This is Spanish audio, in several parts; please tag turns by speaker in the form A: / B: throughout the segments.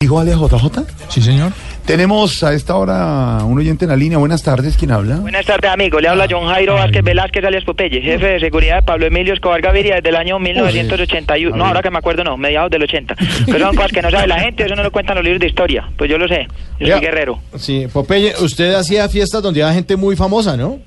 A: ¿Dijo alias JJ?
B: Sí, señor.
A: Tenemos a esta hora un oyente en la línea. Buenas tardes, ¿quién habla?
C: Buenas tardes, amigo. Le
B: Ah,
C: habla John
B: eh.
C: Jairo Vázquez Velázquez, alias Popeye, jefe de seguridad de Pablo Emilio Escobar Gaviria desde el año 1981. No, ahora que me acuerdo, no, mediados del 80. Pero son cosas que no sabe la gente, eso no lo cuentan los libros de historia. Pues yo lo sé. Yo
B: Oiga,
C: soy guerrero.
B: Sí, Popeye, usted hacía fiestas donde había gente muy famosa, ¿no?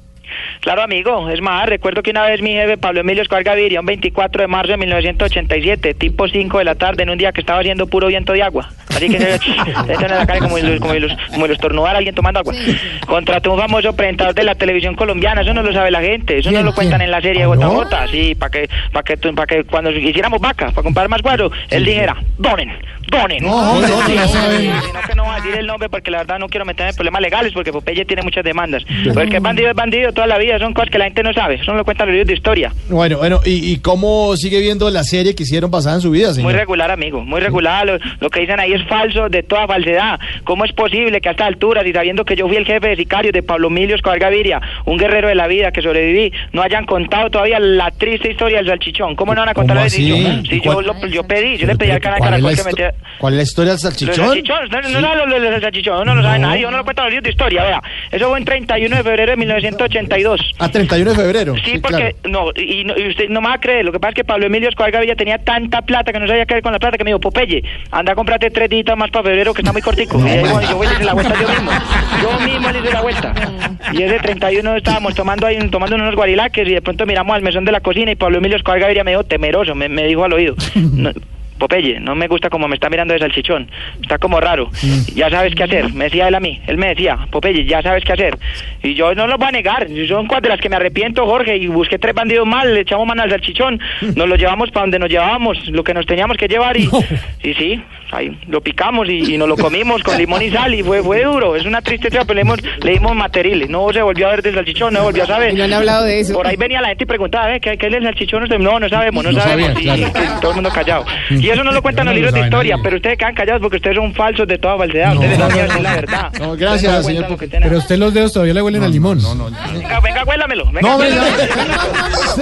C: Claro, amigo. Es más, recuerdo que una vez mi jefe, Pablo Emilio Escobar Gaviria, un 24 de marzo de 1987, tipo 5 de la tarde, en un día que estaba haciendo puro viento de agua. Así que se le echan en la cara como el, como el- como el estornudar a alguien tomando agua. Contrató un famoso presentador de la televisión colombiana. Eso no lo sabe la gente. Eso no
B: ¿Quién,
C: lo cuentan
B: quién?
C: en la
B: ¿Ah,
C: serie de Gota a
B: no?
C: Gota. Sí, para que, para que, tu- pa' que cuando hiciéramos vaca, para comprar más guaro, él dijera, donen, donen.
B: No, hombre, no, no la saben.
C: Sino que no voy a decir el nombre porque la verdad no quiero meterme en problemas legales porque Popeye tiene muchas demandas. Pero el que es bandido es bandido toda la vida, son cosas que la gente no sabe, eso no lo cuentan los libros de historia.
B: Bueno, bueno, ¿y, y cómo sigue viendo la serie que hicieron basada en su vida,
C: Muy
B: señor?
C: regular, amigo, muy regular. Lo, lo que dicen ahí es falso, de toda falsedad. ¿Cómo es posible que a estas alturas, y sabiendo que yo fui el jefe de sicarios de Pablo Emilio Escobar Gaviria, un guerrero de la vida que sobreviví, no hayan contado todavía la triste historia del salchichón? ¿Cómo no van a contar la
B: ¿Cómo
C: del
B: así?
C: salchichón? Sí, yo,
B: ¿Cuál-
C: lo- yo pedí, yo le pedí al canal
B: ¿Cuál es la
C: Caracol que
B: histo-
C: metiera...
B: ¿Cuál es la historia del
C: Los
B: salchichón?
C: salchichones, no, no, no, no, no, los salchichones, no lo sabe
B: No.
C: nadie, uno lo cuenta los libros de historia, vea. Eso fue en 31 de febrero de 1982.
B: A 31 de febrero.
C: Sí, porque, no, y, no- y usted no me va a creer, lo que pasa es que Pablo Emilio Escobar Gaviria tenía tanta plata que no sabía qué hacer con la plata que me dijo, Popeye, anda a comprarte tres días más para febrero que está muy cortico. y ahí voy, yo voy a hacer la vuelta yo mismo, yo mismo le hice la vuelta. Y ese 31 estábamos tomando ahí, tomando unos guarilaques y de pronto miramos al mesón de la cocina y Pablo Emilio Escobar Gaviria me dijo, temeroso, me, me dijo al oído. "No, Popeye, no me gusta como me está mirando de salchichón, está como raro, ya sabes qué hacer, me decía él a mí, él me decía, Popeye, ya sabes qué hacer, y yo no lo voy a negar, son cuatro de las que me arrepiento, Jorge, y busqué tres bandidos más, le echamos mano al salchichón, nos lo llevamos para donde nos llevábamos, lo que nos teníamos que llevar, y, y sí, ahí, lo picamos y, y nos lo comimos con limón y sal, y fue, fue duro, es una triste historia, pero le dimos, le dimos materiales, no se volvió a ver del salchichón, no se volvió a saber.
D: Y no han hablado de eso.
C: Por ahí venía la gente y preguntaba, "Eh, ¿qué, qué es el salchichón? Usted, No, no sabemos, no,
B: No
C: sabemos,
B: sabían,
C: y-
B: claro.
C: y todo el mundo callado. Y eso no lo cuentan
B: No
C: los
B: lo
C: libros de
B: sabe
C: historia,
B: nadie.
C: pero ustedes quedan callados porque ustedes son falsos de toda falsedad, ustedes no quieren decir la verdad.
B: No, gracias,
C: Ustedes
B: señor
C: no cuentan lo
B: Pope.
C: que tienen.
E: Pero a usted los dedos todavía le huelen a limón.
B: No, no, no.
C: Venga, venga, huélamelo. Venga,
B: No, hombre,
C: huélamelo.
B: no.